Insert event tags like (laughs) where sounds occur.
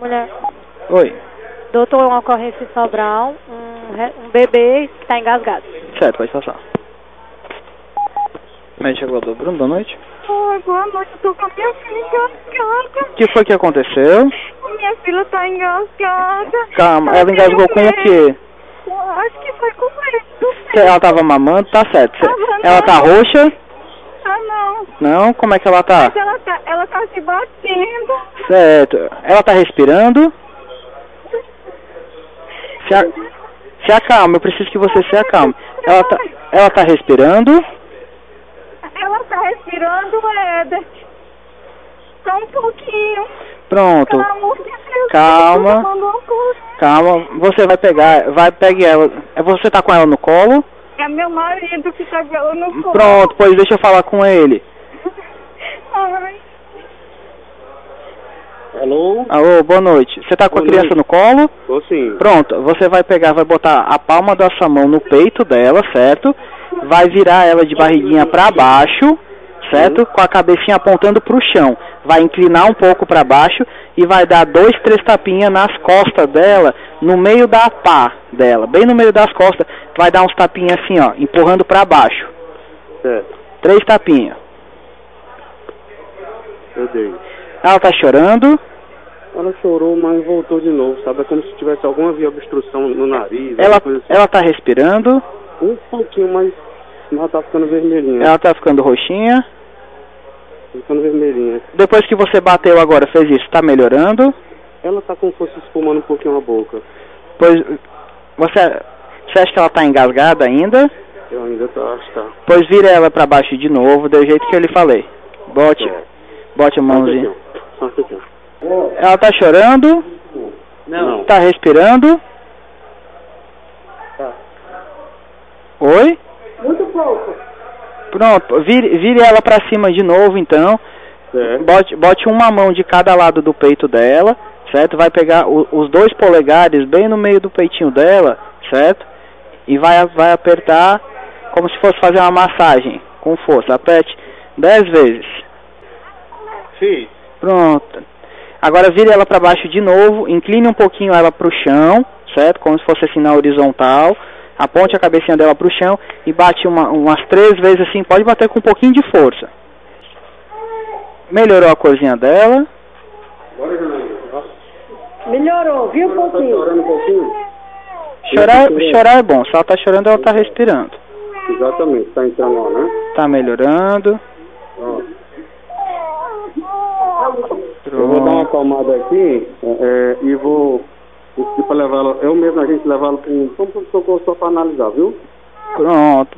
Mulher, Oi. doutor, uma ocorrência em Sobral, um, re- um bebê que está engasgado. Certo, pode passar. Médico regulador Bruno, boa noite. Oi, boa noite, eu tô com a minha filha engasgada. O que foi que aconteceu? Minha filha tá engasgada. Tá Calma, ela engasgou com o quê? Eu Acho que foi com leite. não Que sei. Ela tava mamando, tá certo. certo. Ela tá roxa? Ah, não. Não, como é que ela tá? Mas ela tá, ela tá se batendo. Certo. Ela tá respirando? Se, a- se acalma, eu preciso que você se acalme. Ela tá, ela tá respirando? Ela tá respirando, Éder. Só um pouquinho. Pronto. Pelo amor de Deus. Calma. eu tô tomando um uma coisa. Calma, você vai pegar, vai, pegue ela. Você tá com ela no colo? É meu marido que tá no colo. Pronto, pois deixa eu falar com ele. (laughs) Ai. Alô? Alô, boa noite. Você tá com a Boa criança noite. no colo? Tô sim. Pronto, você vai pegar, vai botar a palma da sua mão no peito dela, certo? Vai virar ela de barriguinha pra baixo, certo? Com a cabecinha apontando pro chão. Vai inclinar um pouco pra baixo e vai dar dois, três tapinhas nas costas dela, no meio da pá dela, bem no meio das costas. Vai dar uns tapinhas assim, ó, empurrando pra baixo. Certo. Três tapinhas. Eu dei. Ela tá chorando. Ela chorou, mas voltou de novo, sabe? É como se tivesse alguma via obstrução no nariz. Ela, alguma coisa assim. ela tá respirando. Um pouquinho, mas ela tá ficando vermelhinha. Tá Ela tá ficando roxinha. Ficando vermelhinha. Depois que você bateu agora, fez isso, tá melhorando. Ela tá como se fosse espumando um pouquinho a boca. Pois você, você acha que ela tá engasgada ainda? Eu ainda tô, acho que tá. Pois vira ela pra baixo de novo, do jeito que eu lhe falei. Bote, bote a mãozinha. Só um pouquinho. Ela tá chorando, Não. tá respirando. Oi? Muito pouco. Pronto, vire, vire ela pra cima de novo então. Certo. Bote, bote uma mão de cada lado do peito dela, certo? Vai pegar o- os dois polegares bem no meio do peitinho dela, certo? E vai, vai apertar como se fosse fazer uma massagem com força. Aperte 10 vezes. Fiz. Pronto. Agora vire ela para baixo de novo, incline um pouquinho ela para o chão, certo? Como se fosse assim na horizontal. Aponte a cabecinha dela para o chão e bate uma- umas três vezes assim. Pode bater com um pouquinho de força. Melhorou a corzinha dela. Bora, Janaína. Melhorou, viu um Tá chorando um pouquinho? pouquinho? Chorar, chorar é bom. Se ela tá chorando, ela tá respirando. Exatamente. Tá entrando lá, né? Tá melhorando. Pronto. Eu vou dar uma Pronto. palmada aqui é, e vou um pedir pra levá-la, eu mesmo a gente levá-la para um pronto-socorro só para analisar, viu? Pronto.